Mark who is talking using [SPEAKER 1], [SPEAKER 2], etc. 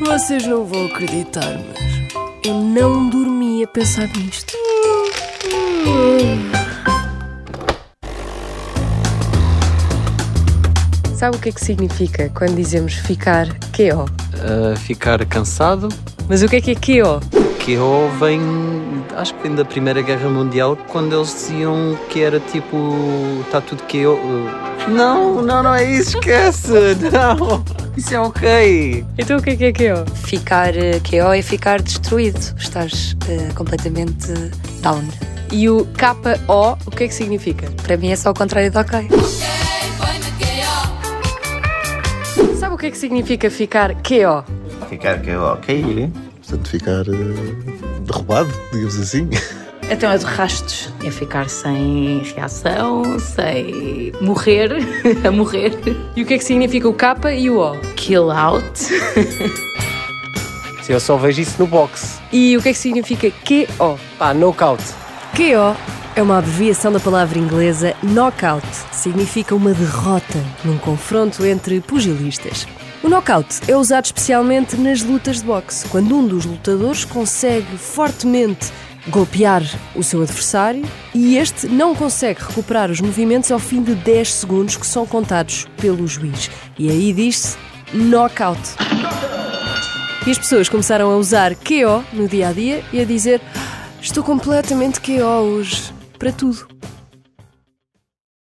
[SPEAKER 1] Vocês não vão acreditar, mas eu não dormi a pensar nisto. Sabe o que é que significa quando dizemos ficar QO?
[SPEAKER 2] a ficar cansado,
[SPEAKER 1] Mas o que é que é QO?
[SPEAKER 2] que eu vem, acho que vem da Primeira Guerra Mundial, quando eles diziam que era tipo, está tudo que eu. Não, não, não é isso, esquece, não, isso é ok.
[SPEAKER 1] Então o que é que é QO?
[SPEAKER 3] Ficar eh, QO é ficar destruído, estás eh, completamente down.
[SPEAKER 1] E o KO, o que é que significa?
[SPEAKER 3] Para mim é só o contrário do ok.
[SPEAKER 1] Sabe o que é que significa ficar QO?
[SPEAKER 4] Ficar que eu, ok?
[SPEAKER 5] Portanto, ficar eh, derrubado, digamos assim.
[SPEAKER 6] Então é de rastos. É ficar sem reação, sem morrer, a morrer.
[SPEAKER 1] E o que é que significa o K e o O?
[SPEAKER 6] Kill out.
[SPEAKER 7] Eu só vejo isso no boxe.
[SPEAKER 1] E o que é que significa QO?
[SPEAKER 7] Pá, knockout.
[SPEAKER 8] KO é uma abreviação da palavra inglesa knockout. Significa uma derrota num confronto entre pugilistas. O knockout é usado especialmente nas lutas de boxe, quando um dos lutadores consegue fortemente golpear o seu adversário e este não consegue recuperar os movimentos ao fim de 10 segundos que são contados pelo juiz. E aí diz-se knockout. E as pessoas começaram a usar "Ah, QO no dia a dia e a dizer: Estou completamente QO hoje, para tudo.